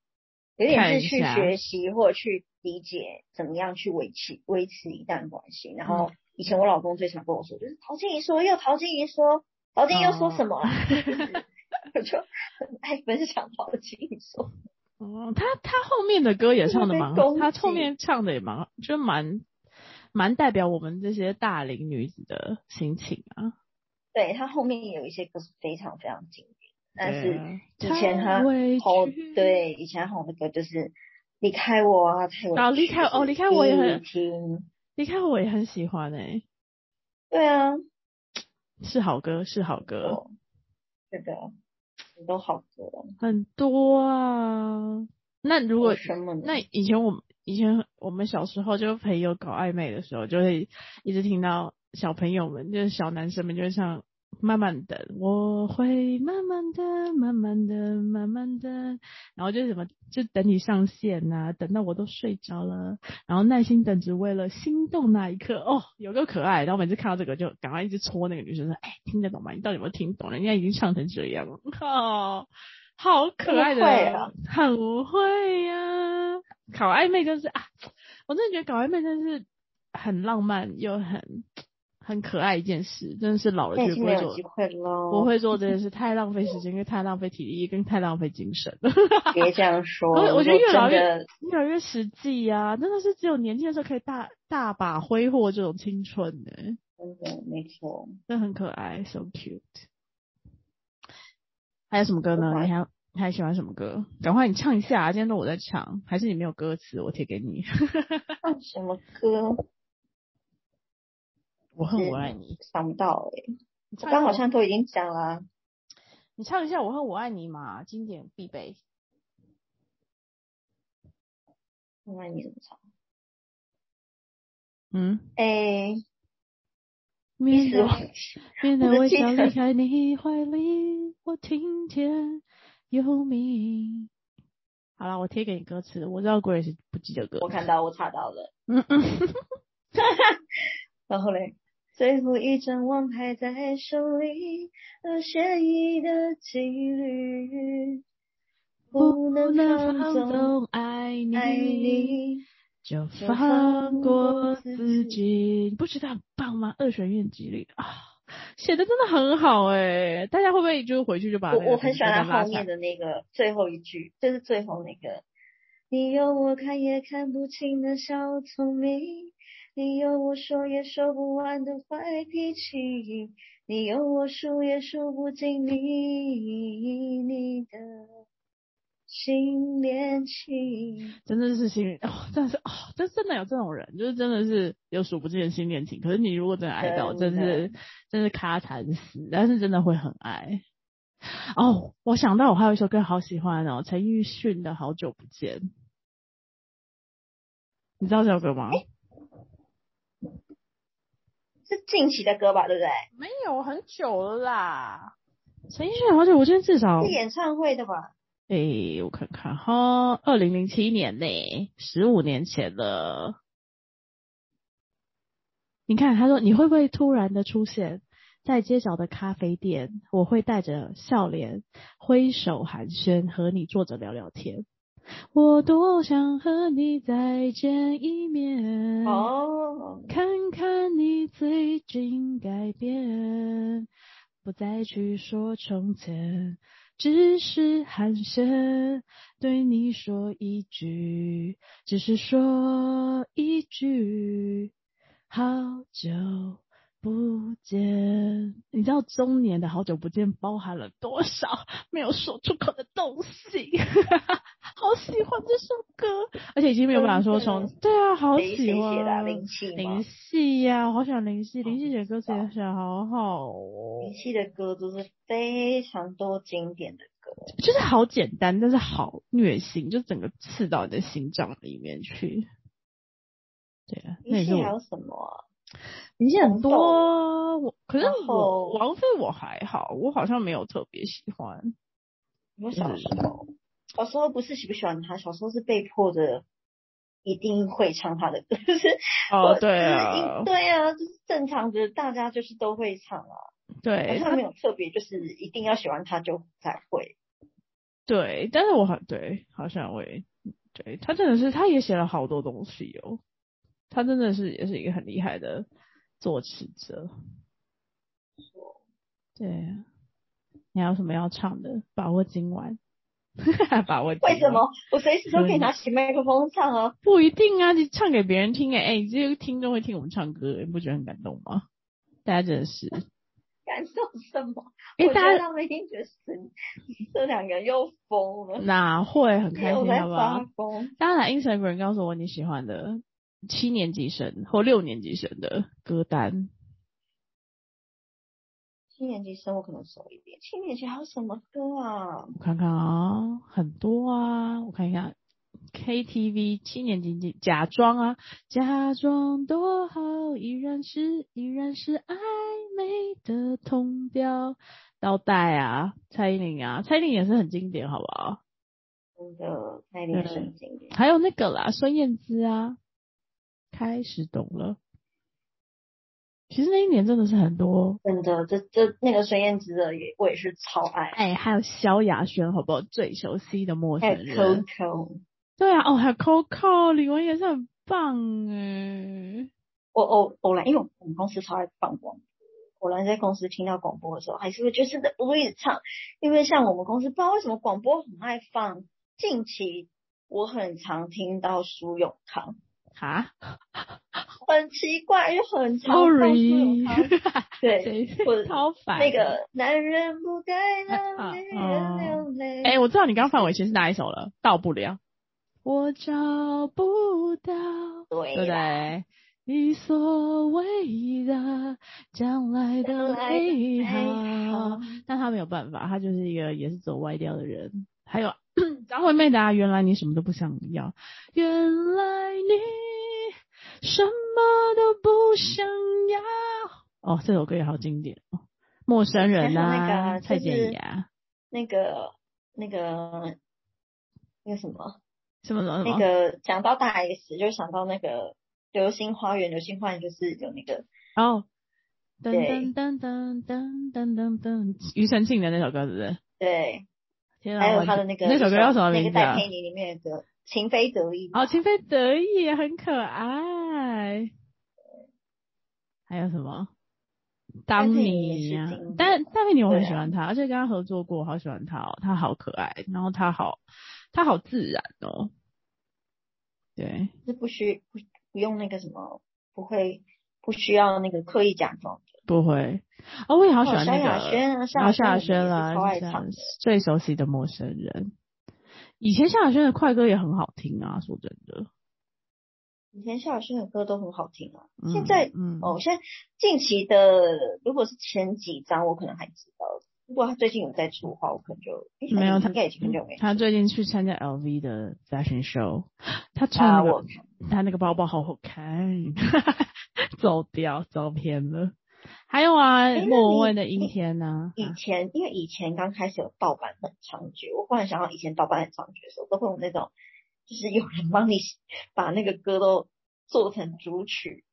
Speaker 1: 有点
Speaker 2: 看
Speaker 1: 是
Speaker 2: 一
Speaker 1: 去
Speaker 2: 下
Speaker 1: 学习或者去理解怎么样去维持维持一段关系。然后
Speaker 2: 嗯
Speaker 1: 以前我老公最常跟我说，就是陶晶莹说，又陶晶莹说，陶晶莹又说什么啦？
Speaker 2: 哦
Speaker 1: 就是 我就很爱分享陶晶莹说。
Speaker 2: 哦，他他后面的歌也唱的蛮
Speaker 1: 会被攻，击
Speaker 2: 他后面唱的也蛮，就蛮蛮代表我们这些大龄女子的心情啊。
Speaker 1: 对他后面有一些歌是非常非常经典，但
Speaker 2: 对
Speaker 1: 是
Speaker 2: 啊
Speaker 1: 以前他
Speaker 2: 太委
Speaker 1: 红
Speaker 2: 屈
Speaker 1: 对以前红的歌就是离开我啊，太委屈
Speaker 2: 啊离开
Speaker 1: 就是
Speaker 2: 哦离开我也很
Speaker 1: 必听，
Speaker 2: 你看我也很喜欢诶、
Speaker 1: 对啊，
Speaker 2: 是好歌，是好歌。
Speaker 1: 哦，是的，很多好歌哦，
Speaker 2: 很多啊。那如果
Speaker 1: 有什么呢
Speaker 2: 那以前我们以前我们小时候就朋友搞暧昧的时候，就会一直听到小朋友们，就是小男生们就会唱。慢慢的，我会慢慢的、慢慢的、慢慢的，然后就是什么，就等你上线呐、等到我都睡着了，然后耐心等，只为了心动那一刻。哦，有个可爱，然后每次看到这个就赶快一直戳那个女生说：“哎，听得懂吗？你到底有没有听懂？人家已经唱成这样了。”哦，好可爱
Speaker 1: 真
Speaker 2: 的，
Speaker 1: 的会啊
Speaker 2: 很会啊呀、搞暧昧就是啊，我真的觉得搞暧昧真的是很浪漫又很很可爱一件事，真的是老了
Speaker 1: 那
Speaker 2: 绝
Speaker 1: 已经没
Speaker 2: 不会
Speaker 1: 有
Speaker 2: 做
Speaker 1: 机。会喽，
Speaker 2: 不会做这件事，太浪费时间，跟太浪费体力，跟太浪费精神了。
Speaker 1: 别这样说，
Speaker 2: 我我觉得
Speaker 1: 如果
Speaker 2: 越老
Speaker 1: 真
Speaker 2: 越
Speaker 1: 的
Speaker 2: 越来越实际呀、真的是只有年轻的时候可以大大把挥霍这种青春呢、
Speaker 1: 真的没错，
Speaker 2: 真的很可爱，so cute。还有什么歌
Speaker 1: 不
Speaker 2: 呢？
Speaker 1: 管
Speaker 2: 你还你还喜欢什么歌？赶快你唱一下、今天都我在唱，还是你没有歌词，我贴给你。
Speaker 1: 唱啊什么歌
Speaker 2: 我恨我爱你，
Speaker 1: 想不到哎、
Speaker 2: 你
Speaker 1: 我
Speaker 2: 唱一下
Speaker 1: 刚好像都已经讲啦、
Speaker 2: 你唱一下我恨我爱你嘛，经典必备。
Speaker 1: 那你怎么唱？
Speaker 2: 嗯，
Speaker 1: 哎、
Speaker 2: 免
Speaker 1: 一时
Speaker 2: 得
Speaker 1: 忘记，
Speaker 2: 免得
Speaker 1: 我
Speaker 2: 我
Speaker 1: 记
Speaker 2: 早
Speaker 1: 得
Speaker 2: 离开你怀里，我听见有你。好了，我贴给你歌词，我知道 Grace 不记得歌词。
Speaker 1: 我看到我查到了。
Speaker 2: 嗯嗯，
Speaker 1: 然后嘞，最后一张网还在手里，而写意的几率不能放
Speaker 2: 放
Speaker 1: 纵
Speaker 2: 纵爱你，
Speaker 1: 爱你。
Speaker 2: 就
Speaker 1: 就
Speaker 2: 放
Speaker 1: 放
Speaker 2: 过
Speaker 1: 过
Speaker 2: 自
Speaker 1: 自
Speaker 2: 己。你不觉得很棒吗？二选一几率啊，写的真的很好哎、大家会不会就是回去就把
Speaker 1: 我
Speaker 2: 那个
Speaker 1: 我很喜欢
Speaker 2: 歌单
Speaker 1: 他
Speaker 2: 拉
Speaker 1: 后
Speaker 2: 下来
Speaker 1: 面的那个最后一句，就是最后那个，你有我看也看不清的小聪明，你有我说也说不完的坏脾气，你有我数也数不尽你你的心连情。
Speaker 2: 真的是心里哦，真的是哦，这真的有这种人，就是真的是有数不尽的心恋情。可是你如果真的爱到，真
Speaker 1: 真的
Speaker 2: 是真是咔惨死，但是真的会很爱。哦，我想到我还有一首歌好喜欢哦，陈奕迅的《好久不见》，你知道这首歌吗？
Speaker 1: 是近期的歌吧，对不对？
Speaker 2: 没有，很久了啦。陈奕迅的《好久不见》至少
Speaker 1: 是演唱会的吧？
Speaker 2: 诶、我看看哈，二零零七年呢、十五年前了。你看，他说你会不会突然的出现，在街角的咖啡店，我会带着笑脸挥手寒暄，和你坐着聊聊天。我多想和你再见一面，
Speaker 1: 哦，
Speaker 2: 看看你最近改变，不再去说从前，只是寒暄，对你说一句，只是说一句，好久。不见，你知道中年的好久不见包含了多少没有说出口的 东西？好喜欢这首歌，而且已经没有办法说从
Speaker 1: 嗯真的
Speaker 2: 对啊，好
Speaker 1: 谁
Speaker 2: 喜
Speaker 1: 谁写的啊
Speaker 2: 欢
Speaker 1: 林夕吗
Speaker 2: 林夕呀、我好喜欢林夕，
Speaker 1: 哦
Speaker 2: 林夕写歌词
Speaker 1: 不知
Speaker 2: 也
Speaker 1: 道
Speaker 2: 写得好好哦，
Speaker 1: 林夕的歌都是非常多经典的歌，
Speaker 2: 就是好简单，但是好虐心，就整个刺到你的心脏里面去。对啊，那也
Speaker 1: 林
Speaker 2: 是
Speaker 1: 夕
Speaker 2: 我
Speaker 1: 还有什么啊？
Speaker 2: 林夕很
Speaker 1: 红
Speaker 2: 多
Speaker 1: 豆
Speaker 2: 啊，我可是
Speaker 1: 然后
Speaker 2: 我王菲我还好，我好像没有特别喜欢。
Speaker 1: 我小
Speaker 2: 嗯
Speaker 1: 时候，小时候不是喜不喜欢他，小时候是被迫的，一定会唱他的歌， 就是
Speaker 2: 哦，
Speaker 1: 我
Speaker 2: 对
Speaker 1: 就是
Speaker 2: 啊
Speaker 1: 一，对啊，就是正常的，大家就是都会唱啊，好
Speaker 2: 对
Speaker 1: 像没有特别就是一定要喜欢他就才会。
Speaker 2: 对，但是我好对，好像我也对他真的是，他也写了好多东西哦，他真的是也是一个很厉害的作词者。对啊，你还有什么要唱的？把握今晚， 把握今晚
Speaker 1: 为什么？我随时都可以拿起麦克风唱啊！
Speaker 2: 不一定啊，你唱给别人听哎、哎、你这个听众会听我们唱歌、你不觉得很感动吗？大家真的是，
Speaker 1: 感受什么？
Speaker 2: 因
Speaker 1: 我
Speaker 2: 为
Speaker 1: 觉
Speaker 2: 哎大
Speaker 1: 得
Speaker 2: 家
Speaker 1: 他们一定觉得神这两个人又疯了，
Speaker 2: 哪会很嗯开
Speaker 1: 我
Speaker 2: 心
Speaker 1: 在
Speaker 2: 好不好
Speaker 1: 发？疯。
Speaker 2: 当然，Instagram 告诉我你喜欢的七年级生或六年级生的歌单。
Speaker 1: 七年级生我可能熟一点，七年级还有什么歌啊？
Speaker 2: 我看看啊，很多啊，我看一下 KTV 七年级假装啊，假装多好，依然是依然是暧昧的同调，倒带啊，蔡依林啊，蔡依林也是很经典，好不好？
Speaker 1: 真的太令神经了。
Speaker 2: 还有那个啦，孙燕姿啊，开始懂了。其实那一年真的是很多
Speaker 1: 真的，这这那个孙燕姿的也我也是超爱，
Speaker 2: 哎，还有萧亚轩，好不好？最熟悉的陌
Speaker 1: 还
Speaker 2: 生
Speaker 1: 有
Speaker 2: 人，
Speaker 1: Coco，
Speaker 2: 对啊，哦，还有 Coco，李玟也是很棒哎。
Speaker 1: 我偶偶然，因为我们公司超爱放广播，偶然在公司听到广播的时候，还是会就是的我也唱，因为像我们公司不知道为什么广播很爱放，近期我很常听到苏永康，
Speaker 2: 哈
Speaker 1: 很奇怪，又很常放苏
Speaker 2: ，Sorry，
Speaker 1: 永康， 对，我
Speaker 2: 超烦
Speaker 1: 那。个男人不该让女
Speaker 2: 啊
Speaker 1: 人
Speaker 2: 啊
Speaker 1: 流泪，
Speaker 2: 哎、我知道你刚刚范玮琪是哪一首了，到不了，我找不到，
Speaker 1: 对
Speaker 2: 对不
Speaker 1: 啦
Speaker 2: 对？你所谓的将来的
Speaker 1: 哎
Speaker 2: 美哎好，但他没有办法，他就是一个也是走歪掉的人。还有张惠妹的、啊，原来你什么都不想要，原来你什么都不想要。哦，这首歌也好经典哦，陌生人
Speaker 1: 还有那个
Speaker 2: 啊，
Speaker 1: 啊
Speaker 2: 蔡
Speaker 1: 就
Speaker 2: 健
Speaker 1: 是
Speaker 2: 雅，
Speaker 1: 那个那个那个什么，
Speaker 2: 什么什哦么什
Speaker 1: 那
Speaker 2: 么，
Speaker 1: 个讲到大 S 就想到那个《流星花园》，《流星花园》就是有那个
Speaker 2: 哦，噔
Speaker 1: 对
Speaker 2: 噔噔噔噔噔噔噔，庾澄庆的那首歌是不是？
Speaker 1: 对，
Speaker 2: 天啊，
Speaker 1: 还有
Speaker 2: 我
Speaker 1: 他的那个
Speaker 2: 那首歌叫什
Speaker 1: 那
Speaker 2: 么名
Speaker 1: 个
Speaker 2: 字、
Speaker 1: 戴？
Speaker 2: 啊
Speaker 1: 佩妮里面的歌《情非得已》
Speaker 2: 哦，情非得已，很可爱。还有什么？当
Speaker 1: 佩妮
Speaker 2: 你
Speaker 1: 也是
Speaker 2: 呀、
Speaker 1: 经典
Speaker 2: 但戴佩妮我很
Speaker 1: 对啊
Speaker 2: 喜欢她，而且跟她合作过，我好喜欢她哦，她好可爱，然后她好，她好自然哦。对，
Speaker 1: 是不需不不用那个什么，不会不需要那个刻意假装的。
Speaker 2: 不会。哦，我也好喜
Speaker 1: 哦
Speaker 2: 欢
Speaker 1: 萧
Speaker 2: 那个，
Speaker 1: 亚轩啊，
Speaker 2: 然
Speaker 1: 萧
Speaker 2: 后萧
Speaker 1: 亚
Speaker 2: 亚
Speaker 1: 轩
Speaker 2: 轩
Speaker 1: 我们也
Speaker 2: 啦，
Speaker 1: 是超爱
Speaker 2: 这
Speaker 1: 唱
Speaker 2: 样
Speaker 1: 的。
Speaker 2: 最熟悉的陌生人。以前萧亚轩的快歌也很好听啊，说真的。
Speaker 1: 以前萧亚轩的歌都很好听啊，
Speaker 2: 嗯、
Speaker 1: 现在
Speaker 2: 嗯，
Speaker 1: 哦，现在近期的如果是前几张，我可能还知道。如果他最近有在出的话，我可能就诶
Speaker 2: 没有
Speaker 1: 那
Speaker 2: 他嗯
Speaker 1: 应该已经很久没
Speaker 2: 他最近去参加 LV 的 fashion show，他穿
Speaker 1: 啊，
Speaker 2: 那个、
Speaker 1: 我看
Speaker 2: 他那个包包好好看， 走掉走偏了。还有啊
Speaker 1: 哎，那
Speaker 2: 莫
Speaker 1: 你
Speaker 2: 文蔚的阴
Speaker 1: 你
Speaker 2: 天呐、
Speaker 1: 以前因为以前刚开始有盗版很猖獗，我忽然想到以前盗版很猖獗的时候，都会有那种就是有人帮你把那个歌都做成主曲、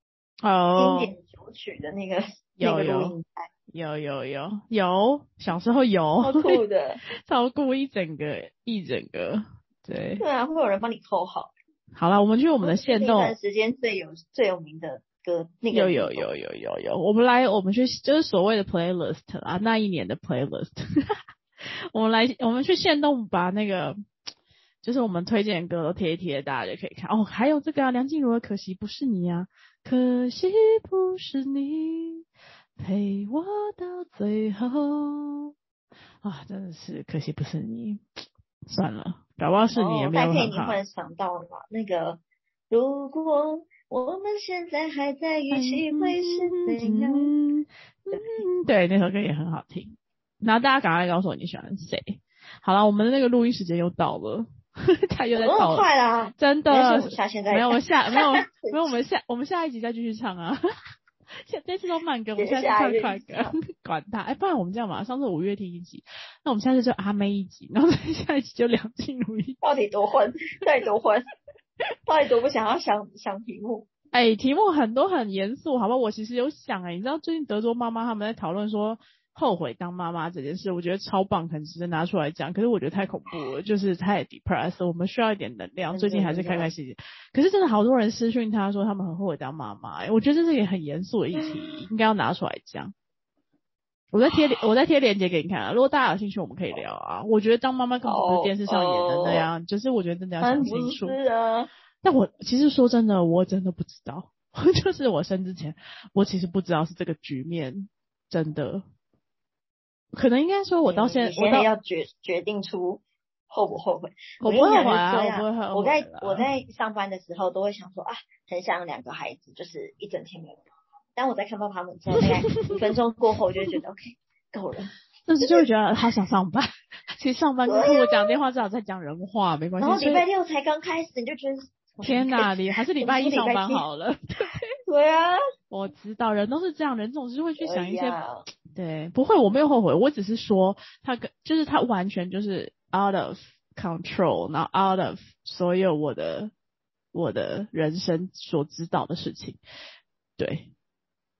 Speaker 2: 哦
Speaker 1: 经典主曲的那个
Speaker 2: 有
Speaker 1: 那个
Speaker 2: 有
Speaker 1: 录音带，
Speaker 2: 哦有有有有，小时候有，
Speaker 1: 超酷的，
Speaker 2: 超酷一整个一整个，对。
Speaker 1: 对啊，会有人帮你扣好。
Speaker 2: 好了，我们去我们的线
Speaker 1: 那
Speaker 2: 动，
Speaker 1: 段时间最有最有名的歌，那个
Speaker 2: 有有有有有有，我们来，我们去就是所谓的 playlist 啊，那一年的 playlist，我们来，我们去线动把那个就是我们推荐的歌都贴一贴，大家就可以看哦。还有这个啊，梁静茹的《可惜不是你》啊，可惜不是你陪我到最后啊，真的是可惜不是你，算了，搞不好是你也
Speaker 1: 哦
Speaker 2: 没
Speaker 1: 戴
Speaker 2: 有
Speaker 1: 佩
Speaker 2: 很
Speaker 1: 妮
Speaker 2: 好
Speaker 1: 忽。然想到了嘛，那个如果我们现在还在一起，会是怎样？
Speaker 2: 嗯嗯对，那首歌也很好听。然后大家赶快告诉我你喜欢谁。好了，我们的那个录音时间又到了，它又在
Speaker 1: 我
Speaker 2: 到
Speaker 1: 么
Speaker 2: 了，
Speaker 1: 快啦！
Speaker 2: 真
Speaker 1: 没关系我
Speaker 2: 的
Speaker 1: 们下现在
Speaker 2: 嗯啊没有，我们下没有
Speaker 1: 气
Speaker 2: 没有，我们下我们下一集再继续唱啊。现这次都慢歌，我们
Speaker 1: 接
Speaker 2: 下次
Speaker 1: 下来
Speaker 2: 唱
Speaker 1: 就
Speaker 2: 快
Speaker 1: 是
Speaker 2: 歌，管他！哎、不然我们这样吧，上次五月听一集，那我们下次就阿妹一集，然后再下一集就梁静茹一集。
Speaker 1: 到底多混，到底多混，到底多不想要想想题目？
Speaker 2: 哎、题目很多很严肃，好吧？我其实有想哎、你知道最近德州妈妈他们在讨论说后悔当妈妈这件事，我觉得超棒，很值得拿出来讲。可是我觉得太恐怖了，就是太 depressed，了我们需要一点能量。
Speaker 1: 真的
Speaker 2: 最近还是
Speaker 1: 真的
Speaker 2: 开开心心。可是真的好多人私讯他说他们很后悔当妈妈、哎我觉得这是一个很严肃的议题，应该要拿出来讲。我在
Speaker 1: 啊
Speaker 2: 贴我在贴链接给你看啊，如果大家有兴趣，我们可以聊啊。我觉得当妈妈根本
Speaker 1: 哦
Speaker 2: 不是电视上演的那样就是我觉得真的要
Speaker 1: 嗯，
Speaker 2: 想
Speaker 1: 不
Speaker 2: 清楚。
Speaker 1: 是啊，
Speaker 2: 但我其实说真的，我真的不知道， 就是我生之前，我其实不知道是这个局面，真的。可能应该说，我到现
Speaker 1: 你
Speaker 2: 我
Speaker 1: 现在
Speaker 2: 到
Speaker 1: 要决决定出后不后悔。
Speaker 2: 我
Speaker 1: 跟
Speaker 2: 不
Speaker 1: 你
Speaker 2: 会
Speaker 1: 讲
Speaker 2: 玩
Speaker 1: 是
Speaker 2: 啊，
Speaker 1: 这
Speaker 2: 我不会
Speaker 1: 样
Speaker 2: 玩。
Speaker 1: 我在我在上班的时候都会想说啊，很想有两个孩子，就是一整天没有。当我在看到他们之后，大概五分钟过后，我就会觉得 OK 够了。
Speaker 2: 但是就会觉得好想上班。 其实上班跟父母讲电话，至少在讲人话，没关
Speaker 1: 然后
Speaker 2: 系。所
Speaker 1: 礼
Speaker 2: 以
Speaker 1: 拜六才刚开始，你就觉得
Speaker 2: 天哪，
Speaker 1: 哪，
Speaker 2: 你还是礼
Speaker 1: 我
Speaker 2: 拜
Speaker 1: 们
Speaker 2: 一
Speaker 1: 是礼
Speaker 2: 上
Speaker 1: 拜
Speaker 2: 班
Speaker 1: 天
Speaker 2: 好了。
Speaker 1: 对啊，
Speaker 2: 我知道，人都是这样，人总是会去想一些
Speaker 1: 哎呀
Speaker 2: 对，不会，我没有后悔，我只是说他跟就是他完全就是 out of control，然后 out of 所有我的我的人生所知道的事情，对，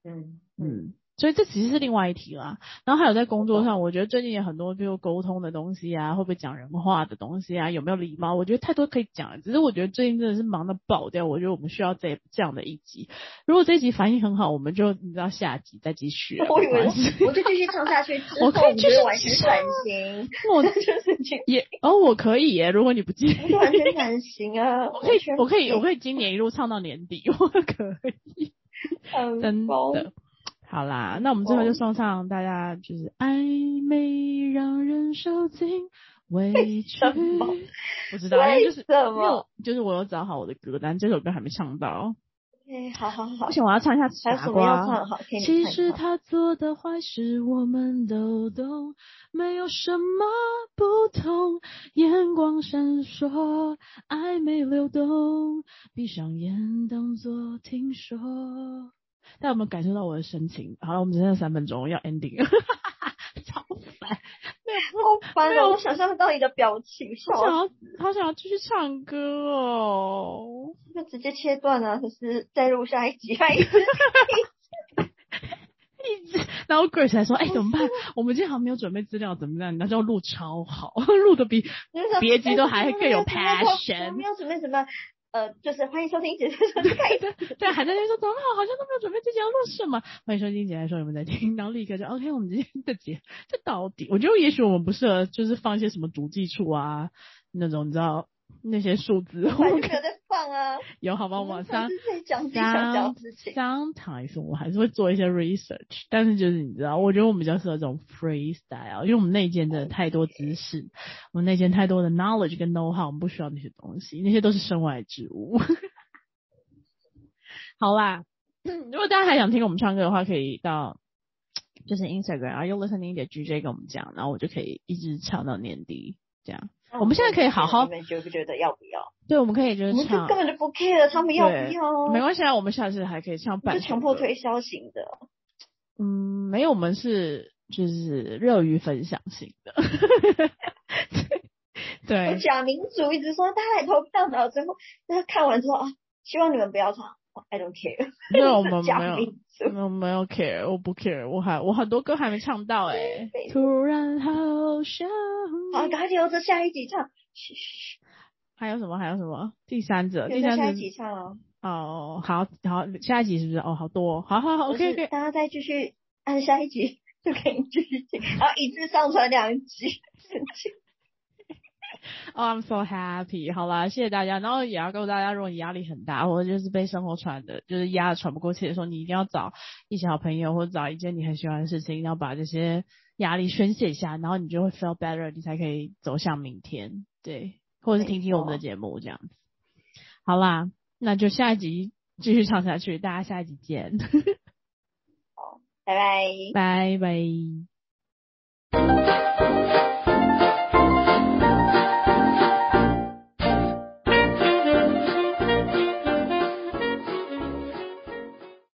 Speaker 1: 嗯嗯，
Speaker 2: 嗯，所以这其实是另外一题啦。然后还有在工作
Speaker 1: 懂
Speaker 2: 上，我觉得最近有很多，比如沟通的东西啊，会不会讲人话的东西啊，有没有礼貌，我觉得太多可以讲了。只是我觉得最近真的是忙得爆掉，我觉得我们需要这这样的一集。如果这一集反应很好，我们就你知道下集再继续啊。
Speaker 1: 我以
Speaker 2: 没
Speaker 1: 为
Speaker 2: 关系
Speaker 1: 我就继续唱下 去，之后
Speaker 2: 我
Speaker 1: 我
Speaker 2: 可以
Speaker 1: 们
Speaker 2: 继
Speaker 1: 就
Speaker 2: 续
Speaker 1: 会完全
Speaker 2: 继续
Speaker 1: 转 型，
Speaker 2: 我
Speaker 1: 就是去
Speaker 2: 也哦，我可以耶，如果你不介
Speaker 1: 我
Speaker 2: 意
Speaker 1: 就，完全转型啊！
Speaker 2: 我可以，我可以，我
Speaker 1: 以
Speaker 2: 可以今年一路唱到年底，我可以，真的。好啦，那我们最后就送上大家就是暧昧让人受尽委屈
Speaker 1: 什么，
Speaker 2: 不知道，因为
Speaker 1: 为
Speaker 2: 就是
Speaker 1: 什
Speaker 2: 因为
Speaker 1: 么
Speaker 2: 我？就是我有找好我的歌单，这首歌还没唱到，
Speaker 1: 哎，好好好
Speaker 2: 不，行，我要唱一下
Speaker 1: 还有什
Speaker 2: 傻
Speaker 1: 么要
Speaker 2: 瓜。
Speaker 1: 唱好听？
Speaker 2: 其实他做的坏事我们都懂，没有什么不同。眼光闪烁，暧昧流动，闭上眼当作听说。大家有没有感受到我的深情？好了，我们只剩下三分钟要 ending 了， 超烦，
Speaker 1: 好烦
Speaker 2: 没有
Speaker 1: 哦！我想象不到你的表情，
Speaker 2: 好想
Speaker 1: 笑，
Speaker 2: 要，好想要继续唱歌哦。
Speaker 1: 就直接切断了，就是再录下一集， 下一集。
Speaker 2: 然后 Grace 还说：“哎、怎么办？我们今天好像没有准备资料，怎么样？”然后就录超好， 录的比
Speaker 1: 就是说
Speaker 2: 别集都还
Speaker 1: 哎
Speaker 2: 更有
Speaker 1: 我们
Speaker 2: passion
Speaker 1: 要准备什么我们要准备什么？呃，就是欢迎收听《姐姐说的开
Speaker 2: 对，还在那边说怎么好，好像都没有准备自己要录什么。欢迎收听姐来说你们在听，然后立刻就 OK，我们今天的节就到底。我觉得也许我们不适合，就是放一些什么足迹处啊那种，你知道那些数字，我
Speaker 1: 本来就
Speaker 2: 们
Speaker 1: 没有在放啊。
Speaker 2: 有好吧？ 我们上
Speaker 1: 自己讲自己想讲的事情。
Speaker 2: Sometimes 我们还是会做一些 research，但是就是你知道，我觉得我们比较适合这种 freestyle，因为我们内建真的太多知识，我们内建太多的 knowledge 跟 know how，我们不需要那些东西，那些都是身外之物。 好啦，如果大家还想听我们唱歌的话，可以到就是 Instagram Are You Listening 点 GJ 跟我们讲，然后我就可以一直唱到年底这样。
Speaker 1: 那
Speaker 2: 我们现在可以好好
Speaker 1: 你哦们觉不觉得要不要？
Speaker 2: 对，我们可以就
Speaker 1: 我
Speaker 2: 是
Speaker 1: 们就
Speaker 2: 唱
Speaker 1: 根，本就不 care 他们要不
Speaker 2: 对
Speaker 1: 要，
Speaker 2: 没关系啊，我们下次还可以唱
Speaker 1: 我
Speaker 2: 半
Speaker 1: 们
Speaker 2: 首
Speaker 1: 就强迫
Speaker 2: 歌
Speaker 1: 推销型的。
Speaker 2: 嗯，没有，我们是就是热于分享型的，
Speaker 1: 我
Speaker 2: 对，
Speaker 1: 假民主一直说大家来投票，然后最后那看完之后啊，希望你们不要唱， I don't care，
Speaker 2: 因为我们
Speaker 1: 讲
Speaker 2: 没有
Speaker 1: 民族
Speaker 2: 没有没有 care，我不 care，我还我很多歌还没唱到哎、欸
Speaker 1: 对。
Speaker 2: 突然好想
Speaker 1: 好，
Speaker 2: 你，
Speaker 1: 赶快留着下一集唱，嘘嘘，
Speaker 2: 还有什么还有什么？第三者，
Speaker 1: 留
Speaker 2: 第
Speaker 1: 着
Speaker 2: 三
Speaker 1: 下
Speaker 2: 者
Speaker 1: 一集唱哦。
Speaker 2: 哦，好好，下一集是不是？哦，好多、哦，好好好
Speaker 1: 不
Speaker 2: ，OK
Speaker 1: 是
Speaker 2: OK，
Speaker 1: 大家再继续按下一集就可以继续听，然后一次上传两集，
Speaker 2: 哦、i m so happy，好啦，谢谢大家。然后也要告诉大家，如果你压力很大，或者就是被生活喘的，就是压得喘不过气的时候，你一定要找一些好朋友，或者找一件你很喜欢的事情，要把这些压力宣泄一下，然后你就会 feel better，你才可以走向明天。对，或者是听听我们的节目这样子。好啦，那就下一集继续唱下去，大家下一集见，
Speaker 1: 拜拜。
Speaker 2: 拜拜。